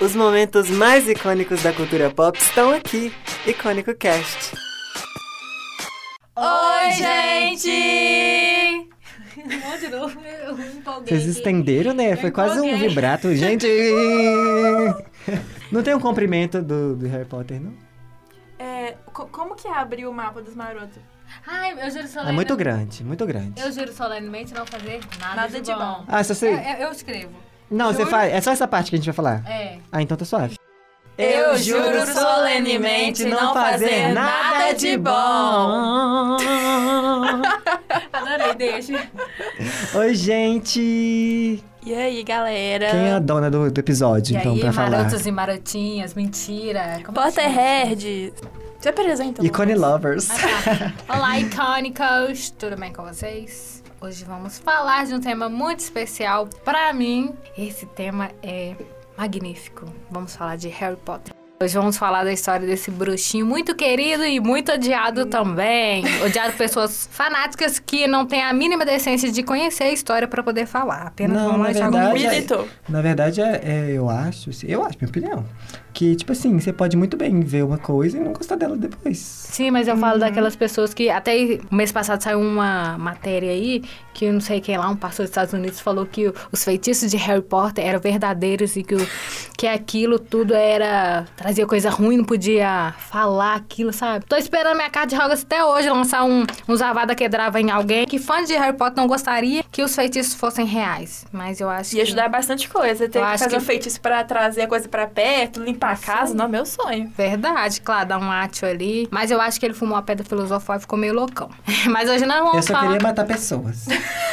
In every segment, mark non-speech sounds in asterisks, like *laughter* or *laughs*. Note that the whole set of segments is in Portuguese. Os momentos mais icônicos da cultura pop estão aqui, Icônico Cast. Oi, *laughs* gente! de novo, eu empolguei. Vocês estenderam, né? Foi quase um empolguei. vibrato, gente! Não tem um comprimento do, do Harry Potter, não? É, co- como que abre o mapa dos marotos? Ai, eu juro É solenemente. muito grande, muito grande. Eu juro solenemente não fazer nada, Nada de bom. Ah, só você. Eu, eu- eu escrevo. Não, você juro. faz. É só essa parte que a gente vai falar. É. Ah, então tá suave. Eu juro solenemente não fazer nada de bom. Adorei, deixa. Oi, gente! E aí, galera? Quem é a dona do, do episódio, E então, aí, pra falar? marotos e marotinhas, mentira. Como assim? Potterhead. Se apresenta. E Connie Lovers. Olá, icônicos! Tudo bem com vocês? Hoje vamos falar de um tema muito especial pra mim. Esse tema é magnífico. Vamos falar de Harry Potter. Hoje vamos falar da história desse bruxinho muito querido e muito odiado também. Odiado por pessoas fanáticas que não têm a mínima decência de conhecer a história pra poder falar. Apenas Não, vão na lanchar algum verdade, milho. Militou. Na verdade, é, é, eu acho, assim, eu acho, minha opinião, que, tipo assim, você pode muito bem ver uma coisa e não gostar dela depois. Sim, mas eu falo daquelas pessoas que. Até o mês passado saiu uma matéria aí que eu não sei quem lá, um pastor dos Estados Unidos, falou que o- os feitiços de Harry Potter eram verdadeiros e que, o- que aquilo tudo era. trazia coisa ruim, não podia falar aquilo, sabe? Tô esperando minha carta de Hogwarts até hoje lançar um, um Zavada Quedrava em alguém que fã de Harry Potter não gostaria que os feitiços fossem reais. Mas eu acho Ia que. ajudar bastante coisa. Ter Eu que acho fazer que- um feitiço pra trazer a coisa pra perto, limpar a casa. Não, meu sonho. Verdade, claro, dá um átio ali. Mas eu acho que ele fumou a pedra filosofal e ficou meio loucão. *laughs* Mas hoje é nós vamos Eu só falar. queria matar pessoas.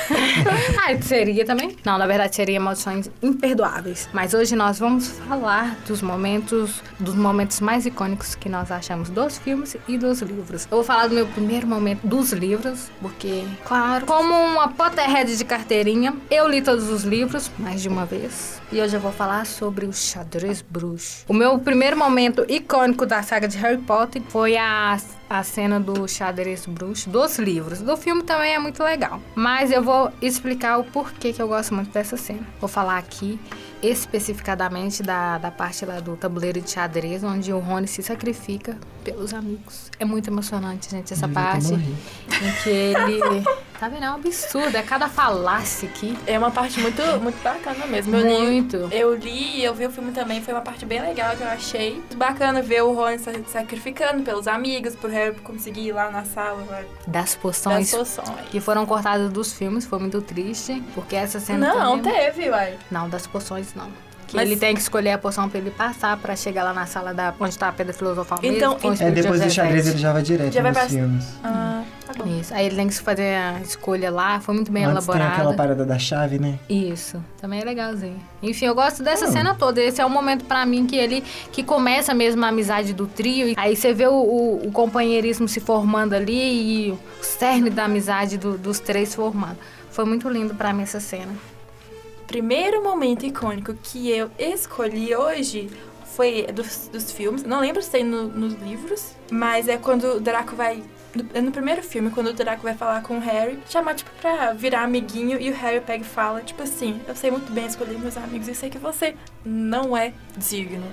*laughs* Ah, seria também? Não, na verdade seria emoções imperdoáveis. Mas hoje nós vamos falar dos momentos, dos momentos mais icônicos que nós achamos dos filmes e dos livros. Eu vou falar do meu primeiro momento dos livros, porque, claro, como uma Potterhead de carteirinha, eu li todos os livros mais de uma vez. E hoje eu vou falar sobre o xadrez bruxo. O meu primeiro momento icônico da saga de Harry Potter foi a a cena do xadrez bruxo dos livros. Do filme também é muito legal. Mas eu vou explicar o porquê que eu gosto muito dessa cena. Vou falar aqui especificadamente da, da parte lá do tabuleiro de xadrez, onde o Rony se sacrifica pelos amigos. É muito emocionante, gente, *laughs* essa Eu já tô parte. morrendo. Em que ele. *laughs* Tá vendo? É um absurdo. É cada falácia aqui. É uma parte muito, muito bacana mesmo. Eu li, Muito. eu li, eu vi o filme também. Foi uma parte bem legal que eu achei. Muito bacana ver o Rony se sacrificando pelos amigos, pro Harry conseguir ir lá na sala, lá, É Das das poções suas sonhos. que foram cortadas dos filmes. Foi muito triste. Porque essa cena. Não, também... né? teve, uai. Não, das poções não. Que Mas- ele tem que escolher a poção pra ele passar pra chegar lá na sala da onde tá a pedra filosofal mesmo, Então, com os É, espíritos depois do de xadrez ele Zevete. já vai direto Já vai nos pra- filmes. Hum. Ah, tá bom. Isso. Aí ele tem que fazer a escolha lá, foi muito bem Antes tem elaborada. aquela parada da chave, né? Isso, também é legalzinho. Enfim, eu gosto dessa Hum. cena toda. Esse é o momento pra mim que ele que começa mesmo a amizade do trio. Aí você vê o, o- o companheirismo se formando ali e o cerne da amizade do- dos três formando. Foi muito lindo pra mim essa cena. Primeiro momento icônico que eu escolhi hoje foi dos, dos filmes. Não lembro se tem no- nos livros, mas é quando o Draco vai. no- É no primeiro filme, quando o Draco vai falar com o Harry, chamar, tipo, pra virar amiguinho, e o Harry pega e fala, tipo assim, eu sei muito bem escolher meus amigos, e sei que você não é digno.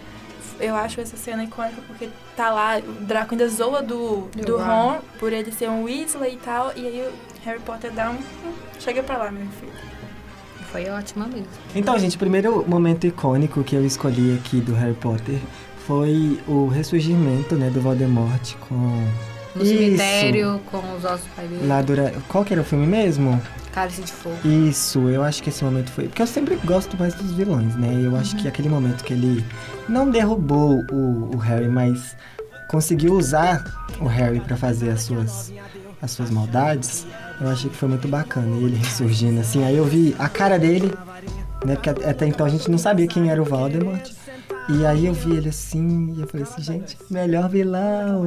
Eu acho essa cena icônica porque tá lá, o Draco ainda zoa do, Do do Ron. Ron por ele ser um Weasley e tal, e aí o Harry Potter dá um. "Hum, Chega pra lá, meu filho. Foi ótima mesmo. Então, gente, o primeiro momento icônico que eu escolhi aqui do Harry Potter foi o ressurgimento, né, do Voldemort com... No Isso. cemitério, com os ossos pai dele. Lá dura... Qual que era o filme mesmo? Cálice de Fogo. Isso, eu acho que esse momento foi... Porque eu sempre gosto mais dos vilões, né? Eu acho que aquele momento que ele não derrubou o, o Harry, mas conseguiu usar o Harry pra fazer as suas, as suas maldades, eu achei que foi muito bacana. E ele ressurgindo, assim, aí eu vi a cara dele, né? Porque at- até então a gente não sabia quem era o Voldemort. E aí eu vi ele assim, e eu falei assim, gente, melhor vilão.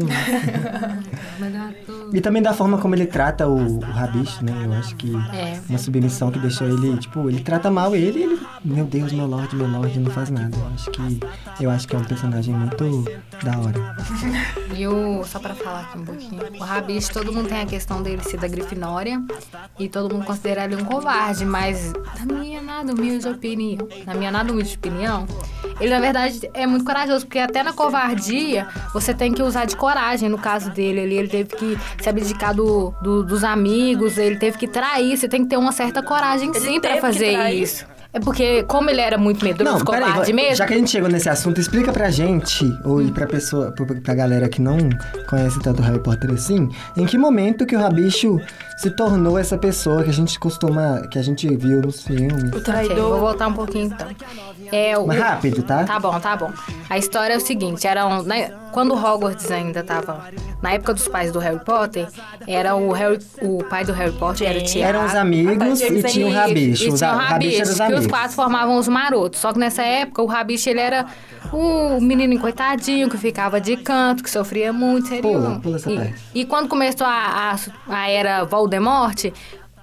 E também da forma como ele trata o, o Rabicho, né? Eu acho que É. uma submissão que deixou ele, tipo, ele trata mal ele, ele meu Deus, meu Lorde, meu Lorde, não faz nada. Eu acho que, eu acho que é um personagem muito da hora. E o, só pra falar aqui um pouquinho, o Rabicho, todo mundo tem a questão dele ser da Grifinória e todo mundo considera ele um covarde, mas na minha nada humilde opinião, na minha nada humilde opinião, ele na verdade é muito corajoso, porque até na covardia você tem que usar de coragem, no caso dele ali, ele teve que se abdicar do, do- dos amigos, ele teve que trair, você tem que ter uma certa coragem sim teve pra que fazer trair. isso. É porque, como ele era muito medroso, covarde mesmo. já que a gente chegou nesse assunto, explica pra gente, ou e pra pessoa, pra, pra galera que não conhece tanto Harry Potter assim, em que momento que o Rabicho se tornou essa pessoa que a gente costuma, que a gente viu nos filmes. O Ok, vou traidor. voltar um pouquinho então. É, o, Mas rápido, tá? Tá bom, tá bom. A história é o seguinte, era um, né, quando o Hogwarts ainda tava na época dos pais do Harry Potter, era o Harry, o pai do Harry Potter era o Tiago. Eram os amigos Ah, tá, e eles tinha o aí- Rabicho. E Os tinha o a- Rabicho, era os que os amigos. quatro formavam os marotos. Só que nessa época, o Rabicho, ele era o menino coitadinho, que ficava de canto, que sofria muito. Seria Pula, um- pula essa e, parte. e quando começou a, a, a era Voldemort,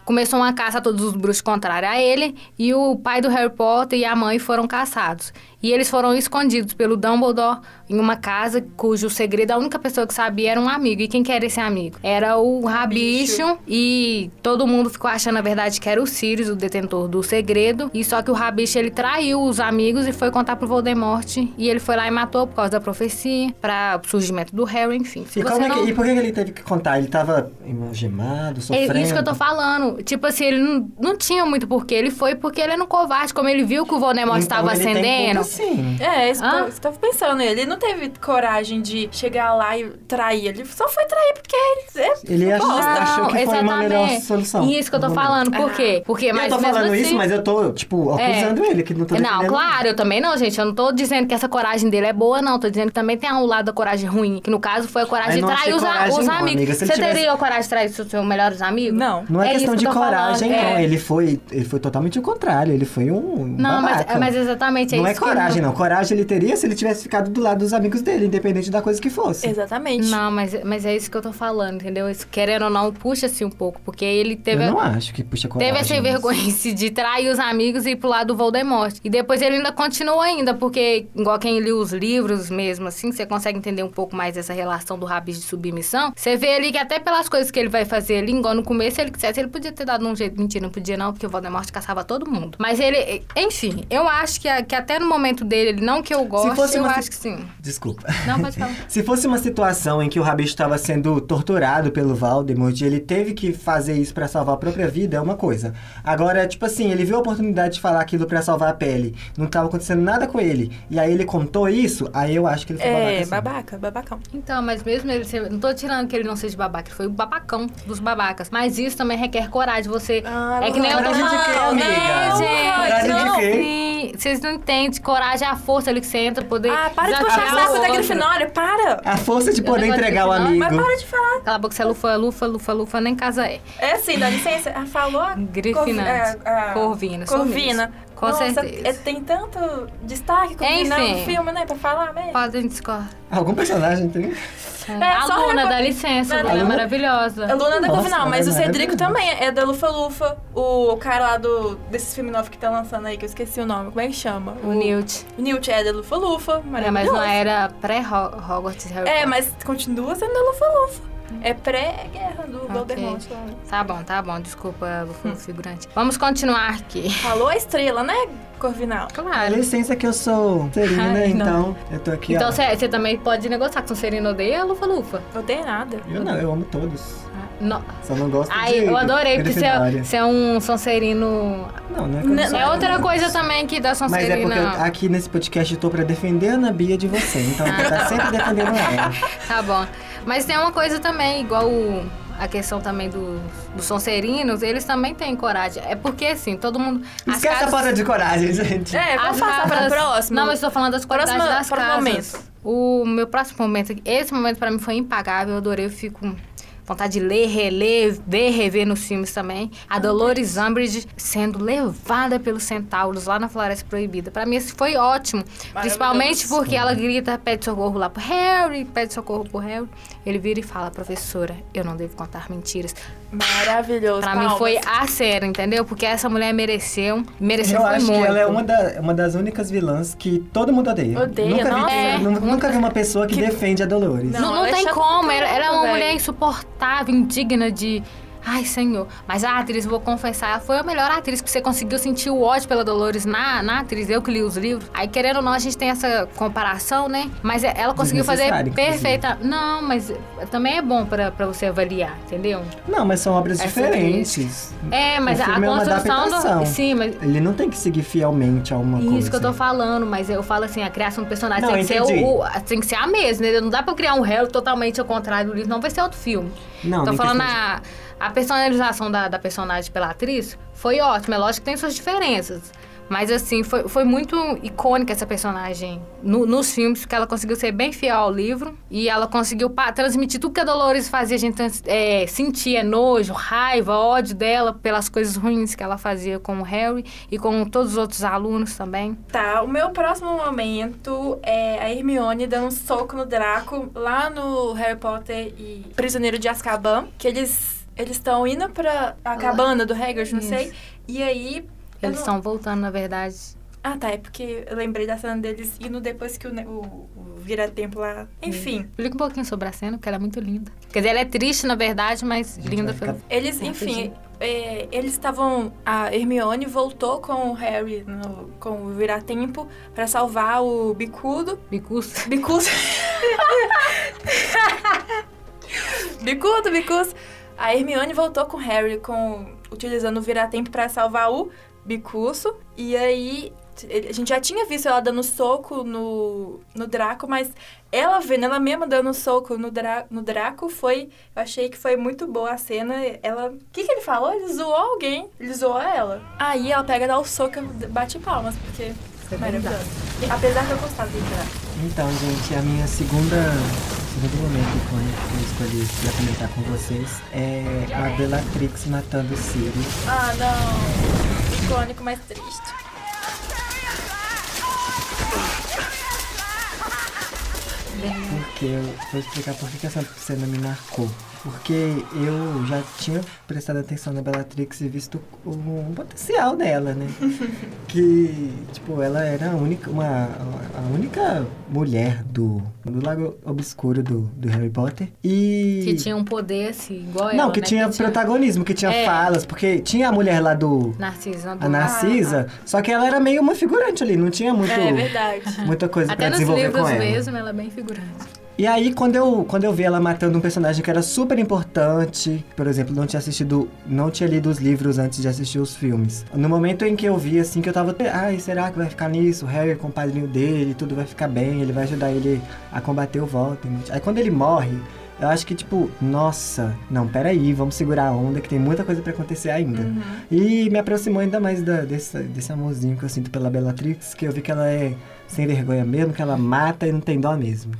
começou uma caça a todos os bruxos contrários a ele. E o pai do Harry Potter e a mãe foram caçados. E eles foram escondidos pelo Dumbledore em uma casa cujo segredo a única pessoa que sabia era um amigo. E quem que era esse amigo? Era o Rabicho. E todo mundo ficou achando, na verdade, que era o Sirius, o detentor do segredo. E só que o Rabicho, ele traiu os amigos e foi contar pro Voldemort. E ele foi lá e matou por causa da profecia, pra surgimento do Harry, enfim. E, Você como é que- não- e por que que ele teve que contar? Ele tava gemado, sofrendo? é isso que eu tô falando. Tipo assim, ele não, não tinha muito porquê. Ele foi porque ele era um covarde. Como ele viu que o Voldemort estava Então ele tem acendendo. culpa, Sim. É, isso Hã? que eu tava pensando. Ele não teve coragem de chegar lá e trair. Ele só foi trair porque ele. é, Ele achou, bosta. achou que foi uma melhor solução. E Ah, isso que eu tô No falando. momento. Por quê? Porque, Eu mas tô mesmo falando assim- isso, mas eu tô, tipo, É. acusando ele, que não tô Não, defendendo. claro, eu também não, gente. Eu não tô dizendo que essa coragem dele é boa, não. Tô dizendo que também tem um lado da coragem ruim. Que no caso foi a coragem Aí de não trair achei os, a- coragem os não, amigos. amiga. Se Você ele tivesse- teria a coragem de trair os seus melhores amigos? Não. Não é, É questão isso de que eu tô coragem, falando, não. é. Ele foi, ele foi totalmente o contrário. Ele foi um Não, mas, babaca. mas exatamente é Não é isso. que eu coragem, não. Coragem ele teria se ele tivesse ficado do lado dos amigos dele, independente da coisa que fosse. Exatamente. Não, mas, mas é isso que eu tô falando, entendeu? Isso, querendo ou não, puxa assim um pouco. Porque ele teve. Eu não acho que puxa coragem. Teve essa mas- vergonhice de trair os amigos e ir pro lado do Voldemort. E depois ele ainda continua ainda, porque igual quem lê os livros mesmo, assim, você consegue entender um pouco mais essa relação do Rabis de submissão. Você vê ali que até pelas coisas que ele vai fazer ali, igual no começo, se ele quisesse, ele podia ter dado um jeito. Mentira, não podia não, porque o Voldemort caçava todo mundo. Mas ele, enfim, eu acho que, a- que até no momento dele, ele- não que eu goste, fosse eu uma- acho que sim. Desculpa. Não, pode falar. Se fosse uma situação em que o Rabicho estava sendo torturado pelo Voldemort e ele teve que fazer isso pra salvar a própria vida, é uma coisa. Agora, tipo assim, ele viu a oportunidade de falar aquilo pra salvar a pele. Não tava acontecendo nada com ele. E aí ele contou isso, aí eu acho que ele foi babaca. É, assim. babaca, babacão. Então, mas mesmo ele ser. Não tô tirando que ele não seja babaca, ele foi o babacão dos babacas. Mas isso também requer coragem. Você. Ah, é que nem eu tô coragem de quê, falando. amiga? Não, gente, Coragem de não, quê? sim. Vocês não entendem. Coragem é a força ali que você entra, poder. Ah, para de puxar desafiar o o saco da outro. Grifinória, para! A força de poder negócio entregar o de amigo. final, Mas para de falar. Cala a boca, você é lufa, lufa, lufa, lufa, nem casa é. É assim, dá licença. Ah, falou. a Grifinante. Corvi- é, a- Corvina, sou Corvina. mesmo. Com Nossa, certeza. é- tem tanto destaque Corvina Enfim. no filme, né? Pra falar mesmo. Podem discordar. Algum personagem tem? É, a só Luna, reco- dá licença, Não, ela é não. maravilhosa. A Luna é da Nossa, Corvinal, mas o ela é Cedrico também maravilhosa. é da Lufa Lufa. O cara lá do, desses filmes novos que tá lançando aí, que eu esqueci o nome, como é que chama? O Newt. O Newt é da Lufa Lufa, É, mas não maravilhoso. era pré-Hogwarts Harry É, Potter. mas continua sendo da Lufa Lufa. É pré-guerra do Voldemort lá. né? Tá bom, tá bom, desculpa, eu fui um figurante. Vamos continuar aqui. *laughs* Falou a estrela, né, Corvinal? Ah, Claro. licença que eu sou serina, Ai, então eu tô aqui, Então ó. você também pode negociar com Serena odeia a Lufa Lufa. Não tem nada. Eu não, eu amo todos. No... Só não gosto Ai, de eu adorei, porque você é, Grifinória. você é um Sonserino. Não, não é Não, condição. É outra coisa também que da Mas é Sonserina. porque eu- aqui nesse podcast eu tô pra defender a Ana Bia de você. Então você Ah, tá sempre defendendo *laughs* ela. Tá bom. Mas tem uma coisa também, igual o- a questão também do- dos Sonserinos, eles também têm coragem. É porque assim, todo mundo. as Esquece a casas- falta de coragem, gente. É, vamos passar pra casas- próxima. Não, mas estou falando das qualidades Próxima- das próximo casas. momento. O meu próximo momento, aqui- esse momento pra mim foi impagável, eu adorei, eu fico com vontade de ler, reler, ver, rever nos filmes também. A Dolores Umbridge sendo levada pelos centauros lá na Floresta Proibida. Pra mim isso foi ótimo, principalmente porque ela grita, pede socorro lá pro Harry, pede socorro pro Harry. Ele vira e fala: "Professora, eu não devo contar mentiras." Maravilhoso. Pra mim palmas. foi a cera, entendeu? Porque essa mulher mereceu, mereceu Eu foi acho muito. que ela é uma, da- uma das únicas vilãs que todo mundo odeia. Odeia, nunca vi, nossa. É, nu- nunca vi uma pessoa que, defende a Dolores. Não, Não, não ela é tem chata como, pra ela, ela é uma caramba, mulher velho. insuportável, indigna de... Ai, senhor. Mas a atriz, vou confessar, ela foi a melhor atriz, porque você conseguiu sentir o ódio pela Dolores na, na atriz. Eu que li os livros. Aí, querendo ou não, a gente tem essa comparação, né? Mas é- ela conseguiu fazer Desnecessário, inclusive. perfeita... Não, mas também é bom pra, pra você avaliar, entendeu? Não, mas são obras Essa diferentes. É, mas a, a filme é uma construção... adaptação. do... Sim, mas... Ele não tem que seguir fielmente a uma coisa. assim. Isso que eu tô falando, mas eu falo assim, a criação do personagem Não, tem que, ser entendi. o, o- tem que ser a mesma, né? Não dá pra eu criar um réu totalmente ao contrário do livro, não vai ser outro filme. Não, tô nem falando questão a, a personalização da, da personagem pela atriz foi ótima, é lógico que tem suas diferenças. Mas assim, foi, foi muito icônica essa personagem no- nos filmes, porque ela conseguiu ser bem fiel ao livro e ela conseguiu pa- transmitir tudo que a Dolores fazia, a gente trans- é, sentia nojo, raiva, ódio dela pelas coisas ruins que ela fazia com o Harry e com todos os outros alunos também. Tá, o meu próximo momento é a Hermione dando um soco no Draco lá no Harry Potter e Prisioneiro de Azkaban, que eles eles estão indo pra a cabana do Hagrid, não Isso. sei. E aí eu Eles não- estão voltando, na verdade. Ah, tá, é porque eu lembrei da cena deles indo depois que o, ne- o, o vira tempo lá. Enfim, Explica um pouquinho sobre a cena, porque ela é muito linda. Quer dizer, ela é triste, na verdade, mas gente linda vai ficar pelo. eles, É, enfim, rapidinho. é, eles estavam a Hermione voltou com o Harry no- com o vira tempo pra salvar o bicudo Bicuço. Bicus. Bicudo, Bicus. A Hermione voltou com o Harry, com, utilizando o vira-tempo pra salvar o Bicuço. E aí, ele- a gente já tinha visto ela dando soco no, no Draco, mas ela vendo ela mesma dando soco no, dra, no Draco foi... Eu achei que foi muito boa a cena. Ela... O que, que ele falou? Ele zoou alguém. Ele zoou ela. Aí ela pega, dá o soco e bate palmas, porque... é Maravilhoso. Apesar que eu gostava do Draco. Então, gente, a minha segunda. Segundo momento icônico que eu escolhi pra comentar com vocês é a Bellatrix matando o Sirius. Ah, não. Icônico, mas *laughs* triste. Porque eu vou explicar por que que essa cena me marcou. Porque eu já tinha prestado atenção na Bellatrix e visto o, o potencial dela, *laughs* né? que, tipo, ela era a única, uma, a única mulher do, do Lago Obscuro do, do Harry Potter. E. Que tinha um poder, assim, igual ela, Não, que né? tinha protagonismo, que tinha É. Ah, falas, porque tinha a mulher lá do. Narciso, A tá. Narcisa, só que ela era meio uma figurante ali, não tinha muito, É verdade. muita coisa Até pra nos desenvolver com livros ela. mesmo, ela é bem figurante. E aí, quando eu, quando eu vi ela matando um personagem que era super importante, por exemplo, não tinha assistido, não tinha lido os livros antes de assistir os filmes. No momento em que eu vi, assim, que eu tava, ai, será que vai ficar nisso? O Harry com o padrinho dele, tudo vai ficar bem, ele vai ajudar ele a combater o Voldemort. Aí quando ele morre, eu acho que tipo, nossa, não, peraí, vamos segurar a onda que tem muita coisa pra acontecer ainda. E me aproximou ainda mais da- desse, desse amorzinho que eu sinto pela Bellatrix, que eu vi que ela é sem vergonha mesmo, que ela mata e não tem dó mesmo.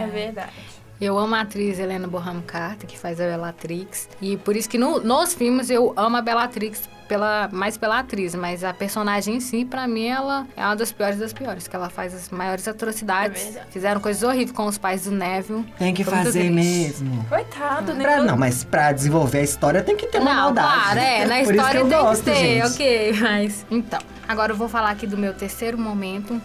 É verdade. Eu amo a atriz Helena Bonham Carter, que faz a Bellatrix. E por isso que no- nos filmes eu amo a Bellatrix, pela, mais pela atriz. Mas a personagem em si, pra mim, ela é uma das piores das piores. Que ela faz as maiores É atrocidades. verdade. Fizeram coisas horríveis com os pais do Neville. Tem que Foi muito fazer triste. mesmo. Coitado, né? Pra- não, mas pra desenvolver a história tem que ter uma não, maldade. claro, é. Na Por isso que história eu tem gosto, que gente. ter, ok, mas. Então, agora eu vou falar aqui do meu terceiro momento,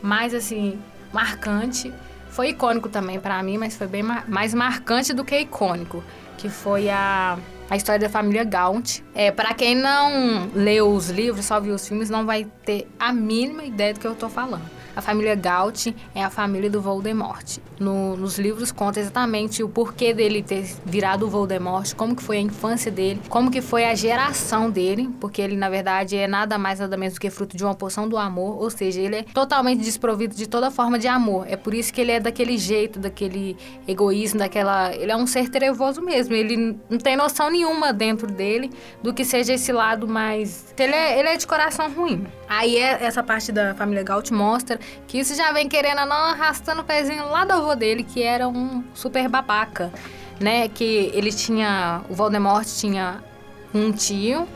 mais assim, marcante. Foi icônico também pra mim, mas foi bem mar- mais marcante do que icônico. Que foi a, a história da família Gaunt. É, para quem não leu os livros, só viu os filmes, não vai ter a mínima ideia do que eu tô falando. A família Gaunt é a família do Voldemort. No- nos livros conta exatamente o porquê dele ter virado o Voldemort, como que foi a infância dele, como que foi a geração dele, porque ele, na verdade, é nada mais, nada menos do que fruto de uma poção do amor, ou seja, ele é totalmente desprovido de toda forma de amor. É por isso que ele é daquele jeito, daquele egoísmo, daquela... Ele é um ser trevoso mesmo, ele n- não tem noção nenhuma dentro dele do que seja esse lado mais... Ele é, ele é de coração ruim. Aí é- essa parte da família Gaut mostra que isso já vem querendo ou não arrastando o pezinho lá do avô dele, que era um super babaca, né? Que ele tinha... O Voldemort tinha um tio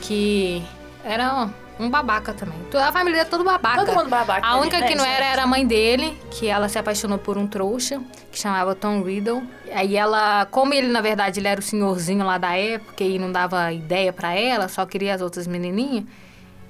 que era um babaca também. Toda- A família é todo babaca. Todo mundo babaca. A ali, única né, que não gente? era era a mãe dele, que ela se apaixonou por um trouxa, que chamava Tom Riddle. Aí ela, como ele na verdade ele era o senhorzinho lá da época e não dava ideia pra ela, só queria as outras menininhas,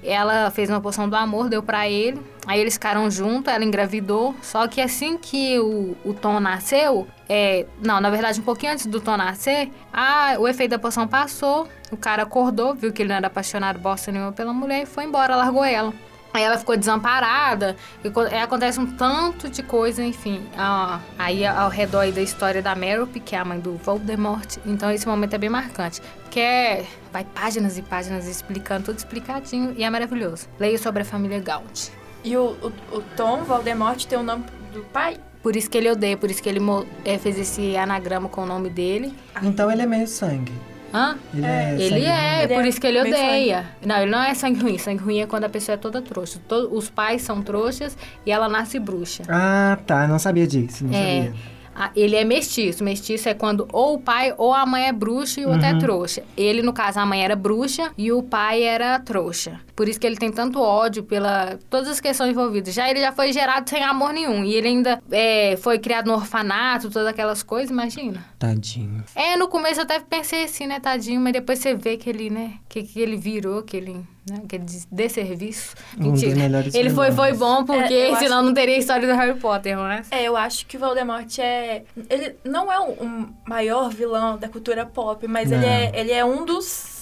ela fez uma poção do amor, deu pra ele. Aí eles ficaram juntos, ela engravidou. Só que assim que o, o Tom nasceu, é, não, na verdade um pouquinho antes do Tom nascer, a, o efeito da poção passou, o cara acordou, viu que ele não era apaixonado bosta nenhuma pela mulher e foi embora, largou ela. Aí ela ficou desamparada, e co- é, acontece um tanto de coisa, enfim. Ah, aí ao redor aí da história da Merope, que é a mãe do Voldemort. Então esse momento é bem marcante. Porque é- vai páginas e páginas explicando, tudo explicadinho, e é maravilhoso. Leia sobre a família Gaunt. E o, o, o Tom Voldemort tem o nome do pai? Por isso que ele odeia, por isso que ele mo- é, fez esse anagrama com o nome dele. Então ele é meio sangue. Hã? Ele é, Ele sangue é, Ele por é isso que ele meio odeia. Não, ele não é sangue ruim. Sangue ruim é quando a pessoa é toda trouxa. To- os pais são trouxas e ela nasce bruxa. Ah, tá. Não sabia disso. Não É. sabia. Ah, Ele é mestiço. Mestiço é quando ou o pai ou a mãe é bruxa e o Uhum. outro é trouxa. Ele, no caso, a mãe era bruxa e o pai era trouxa. Por isso que ele tem tanto ódio pela todas as questões envolvidas. Já ele já foi gerado sem amor nenhum. E ele ainda é, foi criado no orfanato, todas aquelas coisas, imagina. Tadinho. É, no começo eu até pensei assim, né, tadinho, mas depois você vê que ele, né, que, que ele virou, que ele, né, que ele des- desserviço. Um dos Mentira. melhores ele foi, vilões. foi bom porque É, eu senão não teria a história do Harry Potter, né? mas... É, eu acho que Voldemort é. Ele não é o um maior vilão da cultura pop, mas ele Não. é, ele é um dos.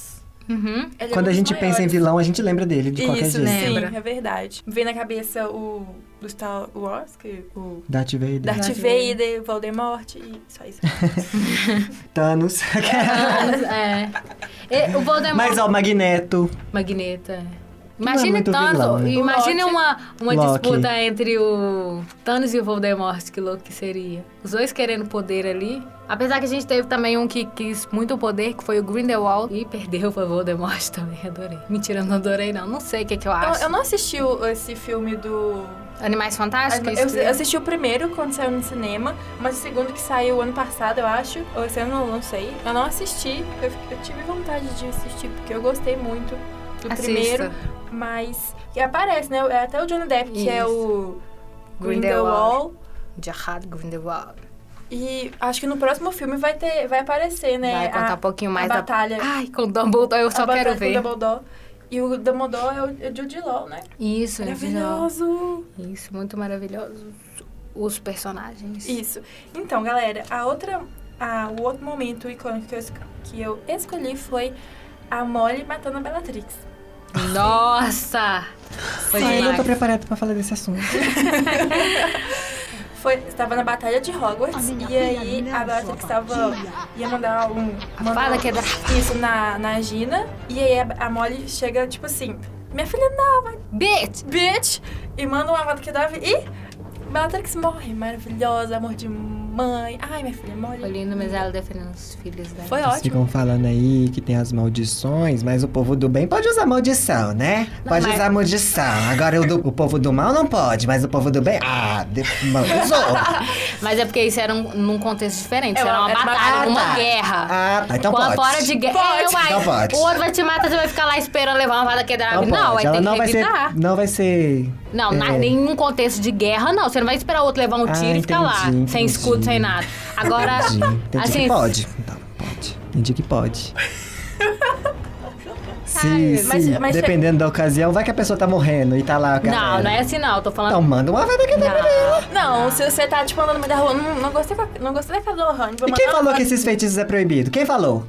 Uhum. ele é Quando um a dos gente pensa em maiores. vilão, a gente lembra dele de qualquer Isso, jeito. né? sim, Lembra. é verdade. Vem na cabeça o do Star Wars, que o Darth Vader. Darth Darth Vader, Voldemort e só *laughs* isso. Thanos. é. E o *laughs* Voldemort. Mas ó, Magneto. Magneta. é. Não é Imagine muito Thanos. vilão, né? Imagine O Loki. uma, uma Loki. disputa entre o Thanos e o Voldemort, que louco que seria. Os dois querendo poder ali. Apesar que a gente teve também um que quis muito poder, que foi o Grindelwald, e perdeu pra Voldemort *laughs* também. Adorei. Mentira, não adorei, não. Não sei o que, que eu Eu, acho. eu não assisti o- esse filme do. Animais Fantásticos? eu, eu assisti o primeiro quando saiu no cinema, mas o segundo que saiu ano passado, eu acho, ou esse ano, não sei. Eu não assisti, eu, fi- eu tive vontade de assistir, porque eu gostei muito do Assista. primeiro, mas. E aparece, né? É até o Johnny Depp, que é o Grindelwald. Gerard Grindelwald. E acho que no próximo filme vai ter, vai aparecer, né? Vai contar a- um pouquinho a mais da... batalha. Ai, com o Dumbledore, eu a só batalha quero com ver. o Dumbledore. E o Dumbledore é o, é o Jude Law, né? Isso, Maravilhoso. Maravilhoso! Isso, muito maravilhoso. Os personagens. Isso. Então, galera, a outra... a- o outro momento icônico que eu, esco- que eu escolhi foi a Molly matando a Bellatrix. Nossa! Foi Ai, eu não tô demais. preparada pra falar desse assunto. Foi, estava na Batalha de Hogwarts e aí a Bellatrix estava... ia mandar um... mandar fada um- quebrada. Isso, na, na Gina. E aí a, a Molly chega, tipo assim... Minha filha não, vai Bitch! bitch! E manda uma nota que dava e Bellatrix morre. Maravilhosa, amor de mãe. Ai, minha filha, Foi morre. lindo, mas ela defendendo os filhos dela. Foi Vocês ótimo. ficam falando aí que tem as maldições, mas o povo do bem pode usar maldição, né? Pode mas- usar maldição. Agora o, do- o povo do mal não pode, mas o povo do bem. Ah, de, *laughs* maldizou. Mas é porque isso era um- num contexto diferente. Isso É, era uma era uma batalha, batalha. uma guerra. ah, tá. Então Com a pode. fora de guerra. É, Pode. uai, Então pode. O ouro vai te matar, você vai ficar lá esperando levar uma fada quebrada. Não, Não, Então pode. vai Ela ter não que vai ser. revidar. Não vai ser. Não, na, é, nenhum contexto de guerra, não. Você não vai esperar o outro levar um Ah, tiro e ficar lá. entendi, Sem escudo, entendi. sem nada. Agora, Entendi. Tem dia assim, que pode. Então, pode. Tem dia que *laughs* pode. Se, mas- se- mas- dependendo da ocasião, vai que a pessoa tá morrendo e tá lá. a Não, galera. não é assim, não. Eu tô falando. Ah, Então manda uma vada que tá Não. Não, se você tá, tipo, andando no meio da rua, não, não gostei, da- não gostei daquela Dolohane. E quem falou que esses feitiços é proibido? Quem falou?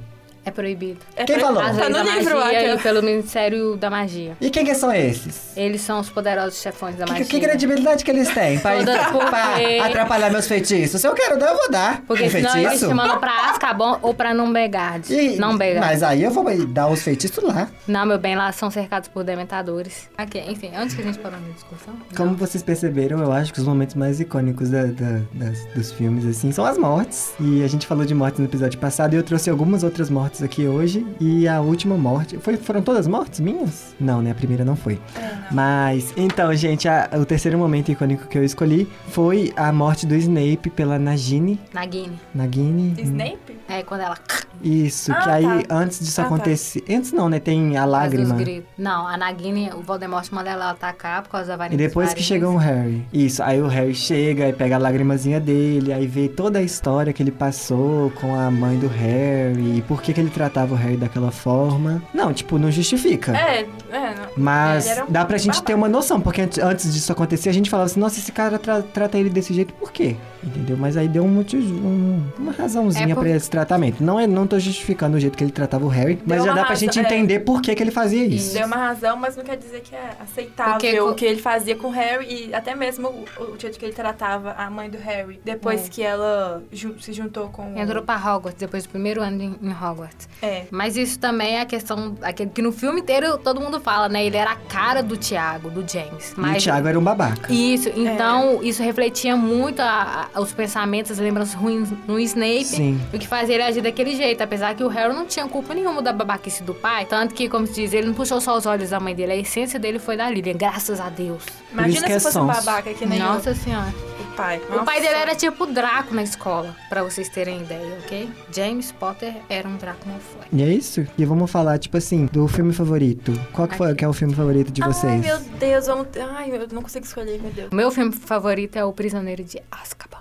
É proibido. quem falou? As leis Tá da no livro, magia aquela. e pelo Ministério da Magia. E quem que são esses? Eles são os poderosos chefões da Que, magia. que é credibilidade que eles têm pra, Todas por pra quê? atrapalhar meus feitiços? Se eu quero dar, eu vou dar. Porque um senão eles feitiço. te mandam pra Azkaban ou pra Numbegard. E- Numbegard. Mas aí eu vou dar os feitiços lá. Não, meu bem, lá são cercados por dementadores. Aqui, enfim, antes que a gente parou na discussão. Como vocês perceberam, eu acho que os momentos mais icônicos da- da- das- dos filmes, assim, são as mortes. E a gente falou de mortes no episódio passado e eu trouxe algumas outras mortes mortes aqui hoje e a última morte. Foi, foram todas mortes minhas? Não, né? A primeira não foi. É, Mas, então, gente, a- o terceiro momento icônico que eu escolhi foi a morte do Snape pela Nagini. Na Guiné. Nagini. Snape? É quando ela Isso, que Ah, aí tá. antes disso Ah, tá. acontecer. Antes não, né? Tem a faz os lágrima. gritos. Não, a Nagini, o Voldemort manda ela atacar por causa da varinha E depois dos que varinhas. chega o Harry. Isso, aí o Harry chega e pega a lagrimazinha dele, aí vê toda a história que ele passou com a mãe do Harry, e por que, que ele tratava o Harry daquela forma. Não, tipo, não justifica. É, é, não. Mas Ele era um dá pra gente babaca. ter uma noção, porque antes, antes disso acontecer, a gente falava assim, nossa, esse cara tra- trata ele desse jeito, por quê? Entendeu? Mas aí deu um motivo, um- uma razãozinha É por- pra esse tratamento. Não, é, não tô justificando o jeito que ele tratava o Harry, mas Deu já uma dá pra gente razão, é. entender por que, que ele fazia isso. Deu uma razão, mas não quer dizer que é aceitável Porque co- o que ele fazia com o Harry e até mesmo o, o jeito que ele tratava a mãe do Harry depois É. que ela ju- se juntou um- com o- Entrou pra Hogwarts, depois do primeiro ano em em Hogwarts. É. Mas isso também é a questão, aquele que no filme inteiro todo mundo fala, né? Ele era a cara do Tiago, do James. E o Mas Thiago era um babaca. Isso, É. então isso refletia muito a- a- os pensamentos, as lembranças ruins no Snape. Sim. O que fazia ele agir daquele jeito, apesar que o Harry não tinha culpa nenhuma da babaquice do pai. Tanto que, como se diz, ele não puxou só os olhos da mãe dele, a essência dele foi da Lilian, graças a Deus. Imagina que é se fosse um sonso. babaca que nem Nossa senhora. o, o pai. O pai Nossa. dele era tipo o Draco na escola, pra vocês terem ideia, ok? James Potter era um Draco Malfoy. E é isso. E vamos falar, tipo assim, do filme favorito. Qual que, foi, que é o filme favorito de vocês? Ai, meu Deus, vamos. Ai, eu não consigo escolher, meu Deus. O meu filme favorito é O Prisioneiro de Azkaban.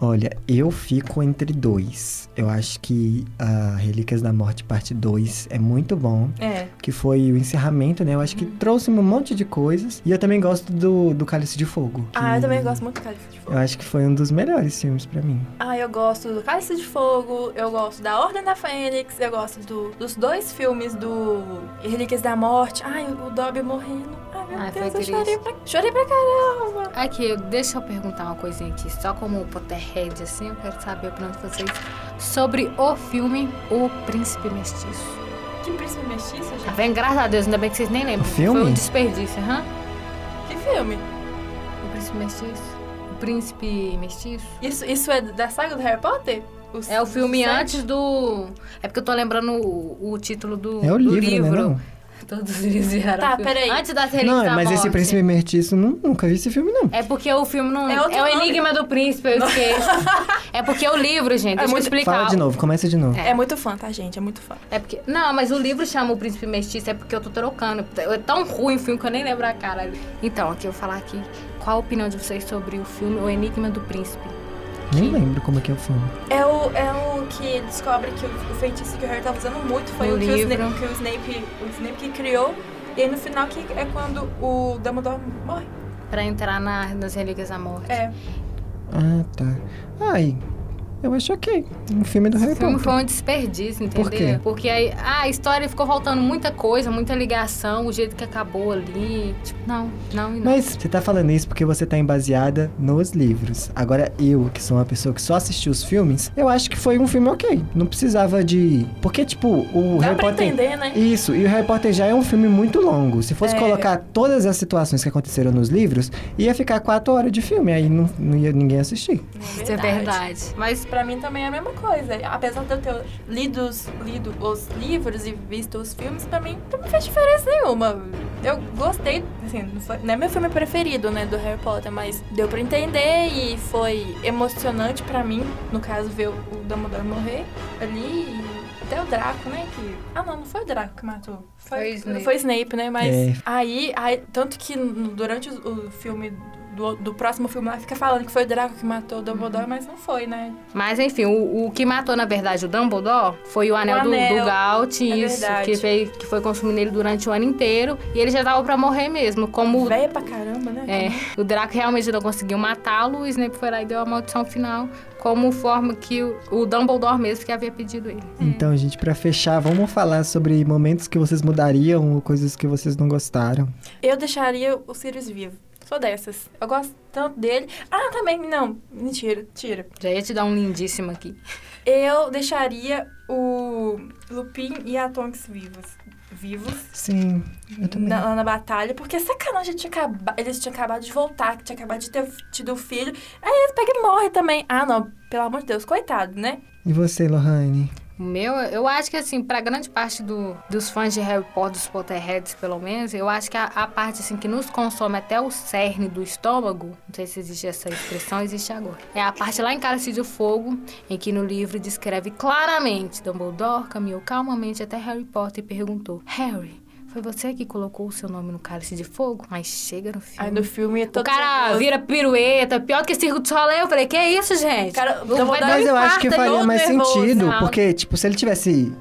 Olha, eu fico entre dois. Eu acho que a Relíquias da Morte parte 2 é muito bom. É. Que foi o encerramento, né? Eu acho que trouxe um monte de coisas. E eu também gosto do, do Cálice de Fogo. que Ah, eu também gosto muito do Cálice de Fogo. Eu acho que foi um dos melhores filmes pra mim. Ah, eu gosto do Cálice de Fogo, eu gosto da Ordem da Fênix, eu gosto do- dos dois filmes do Relíquias da Morte. Ai, o Dobby morrendo. Ai, meu Ai, foi Deus, eu triste. chorei pra, chorei pra caramba. Aqui, deixa eu perguntar uma coisinha aqui, só como Potterhead, assim, eu quero saber pra onde vocês. Sobre o filme O Príncipe Mestiço. Que príncipe mestiço, Tá gente? vendo? Graças a Deus, ainda bem que vocês nem lembram. O filme? Foi um desperdício, aham. Que filme? O Príncipe Mestiço. O Príncipe Mestiço. Isso, isso é da saga do Harry Potter? Os- É o filme os sete? antes do. É porque eu tô lembrando o, o título do, É o do livro, né? Não? Todos os livros viraram. Tá, filme. peraí. Antes das relíquias Não, é, da mas esse morte. Príncipe Mestiço, nu- nunca vi esse filme, não. É porque o filme não. É outro o nome. Enigma do Príncipe, eu *laughs* esqueço. é porque o livro, gente. deixa eu muito- explicar. Fala de novo, começa de novo. É muito fã, tá, gente? É muito fã. É porque. Não, mas o livro chama O Príncipe Mestiço, é porque eu tô trocando. É tão ruim o filme que eu nem lembro a cara. Então, aqui eu vou falar aqui. Qual a opinião de vocês sobre o filme O Enigma do Príncipe? Nem lembro como é que é o filme. É o, é o que ele descobre que o, o feitiço que o Harry tava usando muito foi No o que o, Um livro. Snape, que o Snape o Snape que criou. E aí no final que é quando o Dumbledore morre. Pra entrar na- nas Relíquias da Morte. É. Ah, tá. Ai, eu acho ok. Um filme do Harry O filme Potter. foi um desperdício, entendeu? Por quê? Porque aí, ah, a história ficou faltando muita coisa, muita ligação, o jeito que acabou ali. Tipo, não, não e não. Mas você tá falando isso porque você tá embaseada nos livros. Agora, eu, que sou uma pessoa que só assistiu os filmes, eu acho que foi um filme ok. Não precisava de. Porque, tipo, o Dá Harry pra Potter. entender, né? Isso, e o Harry Potter já é um filme muito longo. Se fosse É. colocar todas as situações que aconteceram nos livros, ia ficar quatro horas de filme, aí não, não ia ninguém assistir. Isso é verdade. Mas Pra mim também é a mesma coisa. Apesar de eu ter lido os, lido os livros e visto os filmes, pra mim não fez diferença nenhuma. Eu gostei, assim, não, foi- não é meu filme preferido, né, do Harry Potter, mas deu pra entender e foi emocionante pra mim, no caso, ver o Dumbledore morrer ali e até o Draco, né, que... Ah, não, não foi o Draco que matou. Foi Foi, Snape. foi Snape, né, mas É. aí, aí- Tanto que no- durante o, o filme... Do, do próximo filme lá fica falando que foi o Draco que matou o Dumbledore, Uhum. mas não foi, né? Mas enfim, o, o que matou, na verdade, o Dumbledore foi o anel, do- Do, anel. Galt, É isso, verdade. que, fez, que foi consumindo ele durante o ano inteiro. E ele já tava pra morrer mesmo. Como Véia pra caramba, né? é, o Draco realmente não conseguiu matá-lo, o Snape foi lá e deu a maldição final, como forma que o, o Dumbledore mesmo que havia pedido ele. É. Então, gente, pra fechar, vamos falar sobre momentos que vocês mudariam ou coisas que vocês não gostaram. Eu deixaria o Sirius vivo. Sou dessas. Eu gosto tanto dele. Ah, também, não. Mentira, tira. Já ia te dar um lindíssimo aqui. Eu deixaria o Lupin e a Tonks vivos. Vivos. Sim, eu também. na- lá na batalha, porque é sacanagem, tinha acaba- eles tinham acabado de voltar, que tinha acabado de ter tido o filho. Aí eles pegam e morrem também. Ah, não, pelo amor de Deus, coitado, né? E você, Lohane? O meu, eu acho que assim, pra grande parte do, dos fãs de Harry Potter, dos Potterheads pelo menos, eu acho que a, a parte assim que nos consome até o cerne do estômago, não sei se existe essa expressão, existe agora. É a parte lá em Cálice de Fogo, em que no livro descreve claramente Dumbledore caminhou calmamente até Harry Potter e perguntou: Harry, foi você que colocou o seu nome no cálice de fogo? Mas chega no filme. Aí no filme é todo O cara vira pirueta, pior do que circo de solé. Eu falei, que isso, gente? Cara, Não vai então dar vou dar- um Ele Mas eu acho que infarta, faria todo mais nervoso, é sentido, não. porque, tipo, se ele tivesse.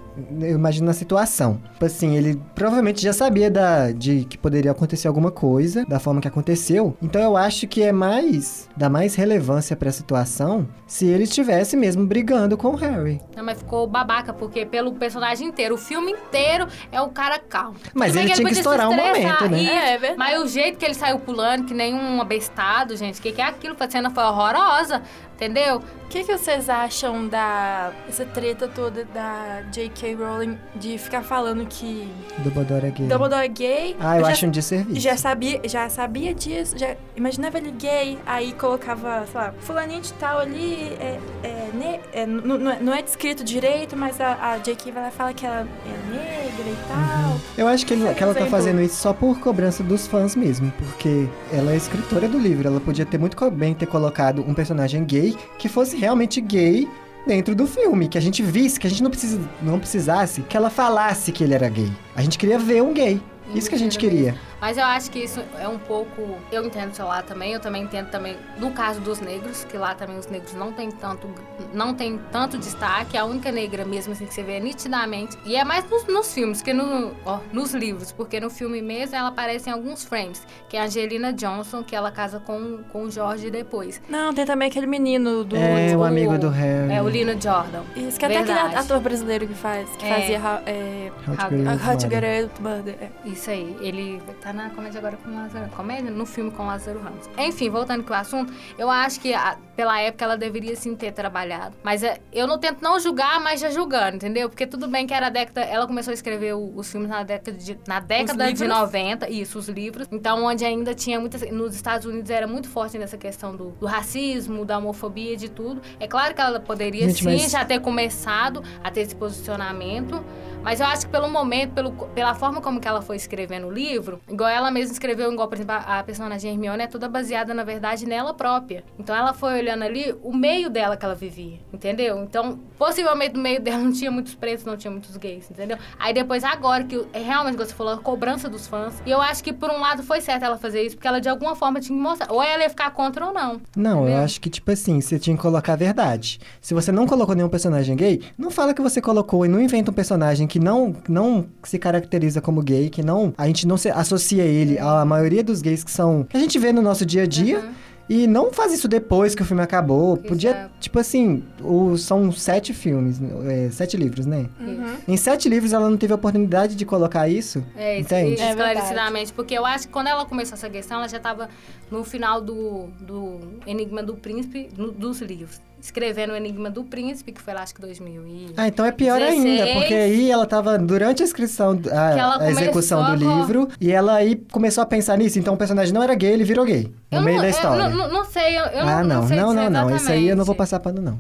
Eu imagino a situação. Tipo assim, ele provavelmente já sabia da, de que poderia acontecer alguma coisa, da forma que aconteceu. Então eu acho que é mais. dá mais relevância pra situação se ele estivesse mesmo brigando com o Harry. Não, mas ficou babaca, porque pelo personagem inteiro, o filme inteiro é o cara calmo. Mas Tudo bem ele tinha que podia se estourar um estressar, momento, né? isso, É, é verdade. Mas o jeito que ele saiu pulando, que nenhum abestado, gente, o que, que é aquilo? A cena foi horrorosa, entendeu? O que, que vocês acham da essa treta toda da J.K. Rowling de ficar falando que Dumbledore é gay. Dumbledore é gay? Ah, eu, já, acho um desserviço. já sabia, já sabia disso, já imaginava ele gay, aí colocava, sei lá, fulaninho de tal ali, é, é, ne- é, n- n- não é- não é descrito direito, mas a, a J.K. vai lá e fala que ela é negra e tal. Eu acho que, ele- Por que ela tá exemplo. fazendo isso só por cobrança dos fãs mesmo, porque ela é escritora do livro. Ela podia ter muito co- bem ter colocado um personagem gay que fosse realmente gay dentro do filme, que a gente visse, que a gente não, precisa, não precisasse que ela falasse que ele era gay. A gente queria ver um gay. Isso que a Uhum. gente queria. Mas eu acho que isso é um pouco. Eu entendo o seu lado também, eu também entendo também no caso dos negros, que lá também os negros não tem tanto, não tem tanto destaque. A única negra mesmo assim que você vê é nitidamente. E é mais nos, nos filmes que no, ó, nos livros, porque no filme mesmo ela aparece em alguns frames, que é a Angelina Johnson, que ela casa com, com o Jorge depois. Não, tem também aquele menino do... é, o amigo do Harry. Uhum. É o Lino Jordan. Isso, que até Verdade. aquele ator brasileiro que faz, que É. fazia Ra- é, How to Ah, Get Away with How to Murder. Get Away with Murder. é. Isso aí, ele tá na comédia agora com o Lázaro. Comédia? No filme com o Lázaro Ramos. Enfim, voltando com o assunto, eu acho que a- pela época ela deveria sim ter trabalhado. Mas é, eu não tento não julgar, mas já julgando, entendeu? Porque tudo bem que era a década. Ela começou a escrever o- os filmes na década de, na década de livros? 90, isso, os livros. Então, onde ainda tinha muitas. Nos Estados Unidos era muito forte nessa questão do, do racismo, da homofobia, de tudo. É claro que ela poderia Gente, sim mas- já ter começado a ter esse posicionamento. Mas eu acho que pelo momento, pelo, pela forma como que ela foi escrevendo o livro, igual ela mesma escreveu, igual, por exemplo, a, a personagem Hermione é toda baseada, na verdade, nela própria. Então ela foi olhando ali o meio dela que ela vivia, entendeu? Então, possivelmente no meio dela *laughs* não tinha muitos pretos, não tinha muitos gays, entendeu? Aí depois, agora, que é realmente, como você falou, a cobrança dos fãs. E eu acho que por um lado foi certo ela fazer isso, porque ela de alguma forma tinha que mostrar. Ou ela ia ficar contra ou não. Não, eu Entendeu? acho que, tipo assim, você tinha que colocar a verdade. Se você não colocou nenhum personagem gay, não fala que você colocou e não inventa um personagem que não, não se caracteriza como gay, que não. A gente não se associa ele à maioria dos gays que são. que a gente vê no nosso dia a dia. Uhum. E não faz isso depois que o filme acabou. Podia, Exato. tipo assim, o- são sete filmes, é, sete livros, né? Uhum. Em sete livros ela não teve a oportunidade de colocar isso. É, isso, Entende? isso, É verdade. esclarecidamente. Porque eu acho que quando ela começou essa questão, ela já estava no final do, do Enigma do Príncipe, no- dos livros. Escrevendo o Enigma do Príncipe, que foi lá, acho que 2000 e... Ah, então é pior ainda, 16. porque aí ela tava durante a inscrição, Que ela a, a execução do começou a co- livro, e ela aí começou a pensar nisso. Então o personagem não era gay, ele virou gay. No Eu meio não, da eu história. não, não- não sei, eu, eu ah, não, sei não, não, dizer não. Isso aí eu não vou exatamente. passar pano, não.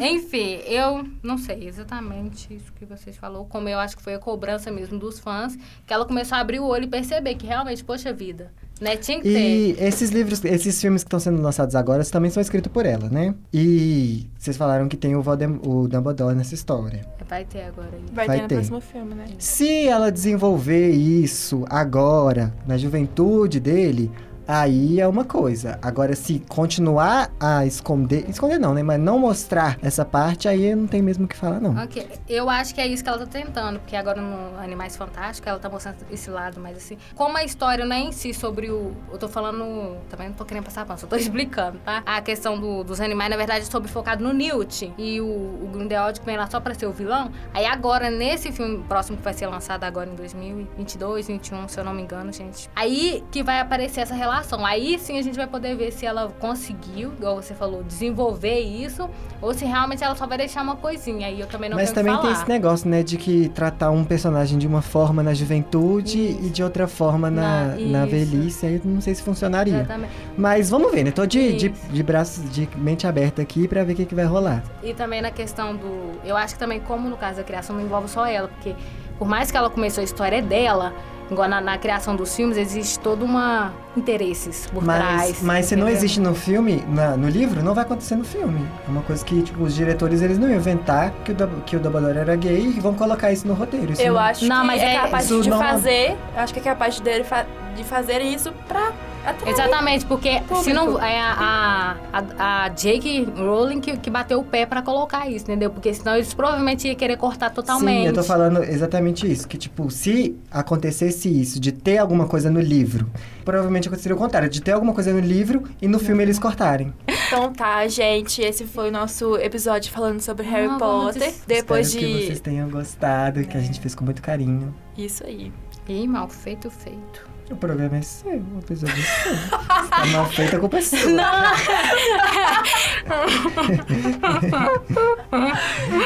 Enfim, eu não sei exatamente isso que vocês falou, como eu acho que foi a cobrança mesmo dos fãs, que ela começou a abrir o olho e perceber que realmente, poxa vida, né, tinha que ter. E esses livros, esses filmes que estão sendo lançados agora também são escritos por ela, né? E vocês falaram que tem o, Voldem o Dumbledore nessa história. Vai ter agora aí. Vai, Vai ter no ter. próximo filme, né? Se ela desenvolver isso agora, na juventude dele, aí é uma coisa. Agora, se continuar a esconder. Esconder não, né? Mas não mostrar essa parte, aí não tem mesmo o que falar, não. Ok, eu acho que é isso que ela tá tentando, porque agora no Animais Fantásticos ela tá mostrando esse lado, mas assim, como a história não é em si sobre o. Eu tô falando. Também não tô querendo passar pano, só tô *laughs* explicando, tá? A questão do- dos animais, na verdade, é sobre focado no Newt. E o, o Grindelwald que vem lá só pra ser o vilão. Aí agora, nesse filme próximo um, que vai ser lançado agora em 2022, 2021, se eu não me engano, gente. Aí que vai aparecer essa relação atuação. Aí sim a gente vai poder ver se ela conseguiu, igual você falou, desenvolver isso, ou se realmente ela só vai deixar uma coisinha. Aí eu também não Mas tenho o que também tem falar. esse negócio, né, de que tratar um personagem de uma forma na juventude e de outra forma na, Na- na isso. velhice, aí eu não sei se funcionaria. Exatamente. Mas vamos ver, né? Tô de, de, Isso. de braços, de mente aberta aqui pra ver o que, que vai rolar. E também na questão do. Eu acho que também, como no caso da criação, não envolve só ela, porque por mais que ela começou a história é dela, igual na, na criação dos filmes, existe toda uma interesses por Mas, trás. mas se não entendeu? existe no filme, na- no livro, não vai acontecer no filme. É uma coisa que, tipo, os diretores, eles não iam inventar que o, Dub- que o dublador era gay e vão colocar isso no roteiro. Isso Eu não- acho Não, que mas é, é- capaz isso de não- fazer. Eu acho que é capaz dele fa- de fazer isso pra atrair. Exatamente, porque se Público. não. É a, a, a Jake Rowling que, que bateu o pé pra colocar isso, entendeu? Porque senão eles provavelmente iam querer cortar totalmente. Sim, eu tô falando exatamente isso. Que, tipo, se acontecesse isso, de ter alguma coisa no livro, provavelmente aconteceria o contrário, de ter alguma coisa no livro e no filme eles cortarem. Então tá, gente. Esse foi o nosso episódio falando sobre Harry Não, vamos Potter. des- Depois Espero que de. vocês tenham gostado, que a gente fez com muito carinho. Isso aí. Ih, mal feito, feito. O programa é seu, o episódio é seu. Se tá mal feito, a culpa é sua.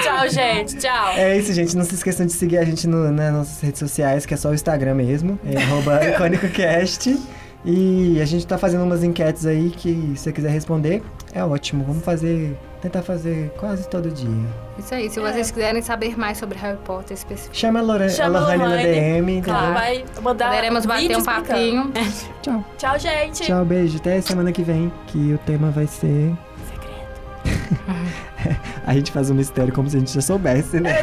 Tchau, gente. Tchau. É isso, gente. Não se esqueçam de seguir a gente no- né, nas nossas redes sociais, que é só o Instagram mesmo. *laughs* É arroba IcônicoCast. E a gente tá fazendo umas enquetes aí que se você quiser responder, é ótimo. Vamos fazer. Tentar fazer quase todo dia. Isso aí, se vocês quiserem saber mais sobre Harry Potter especificamente, Chama a, Lore... Chama a a Lohane na né? Lohane. DM, entendeu? Ela vai mandar. poderemos bater Tá, vídeo um papinho. explicando. Tchau. Tchau, gente. Tchau, beijo. Até semana que vem, que o tema vai ser. Segredo. *laughs* A gente faz um mistério como se a gente já soubesse, né?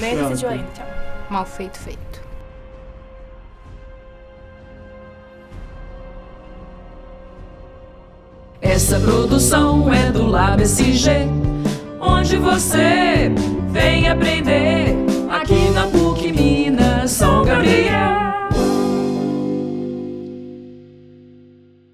Nem Pronto. decidiu ainda. Tchau. Mal feito, feito. Essa produção é do Lab SG, onde você vem aprender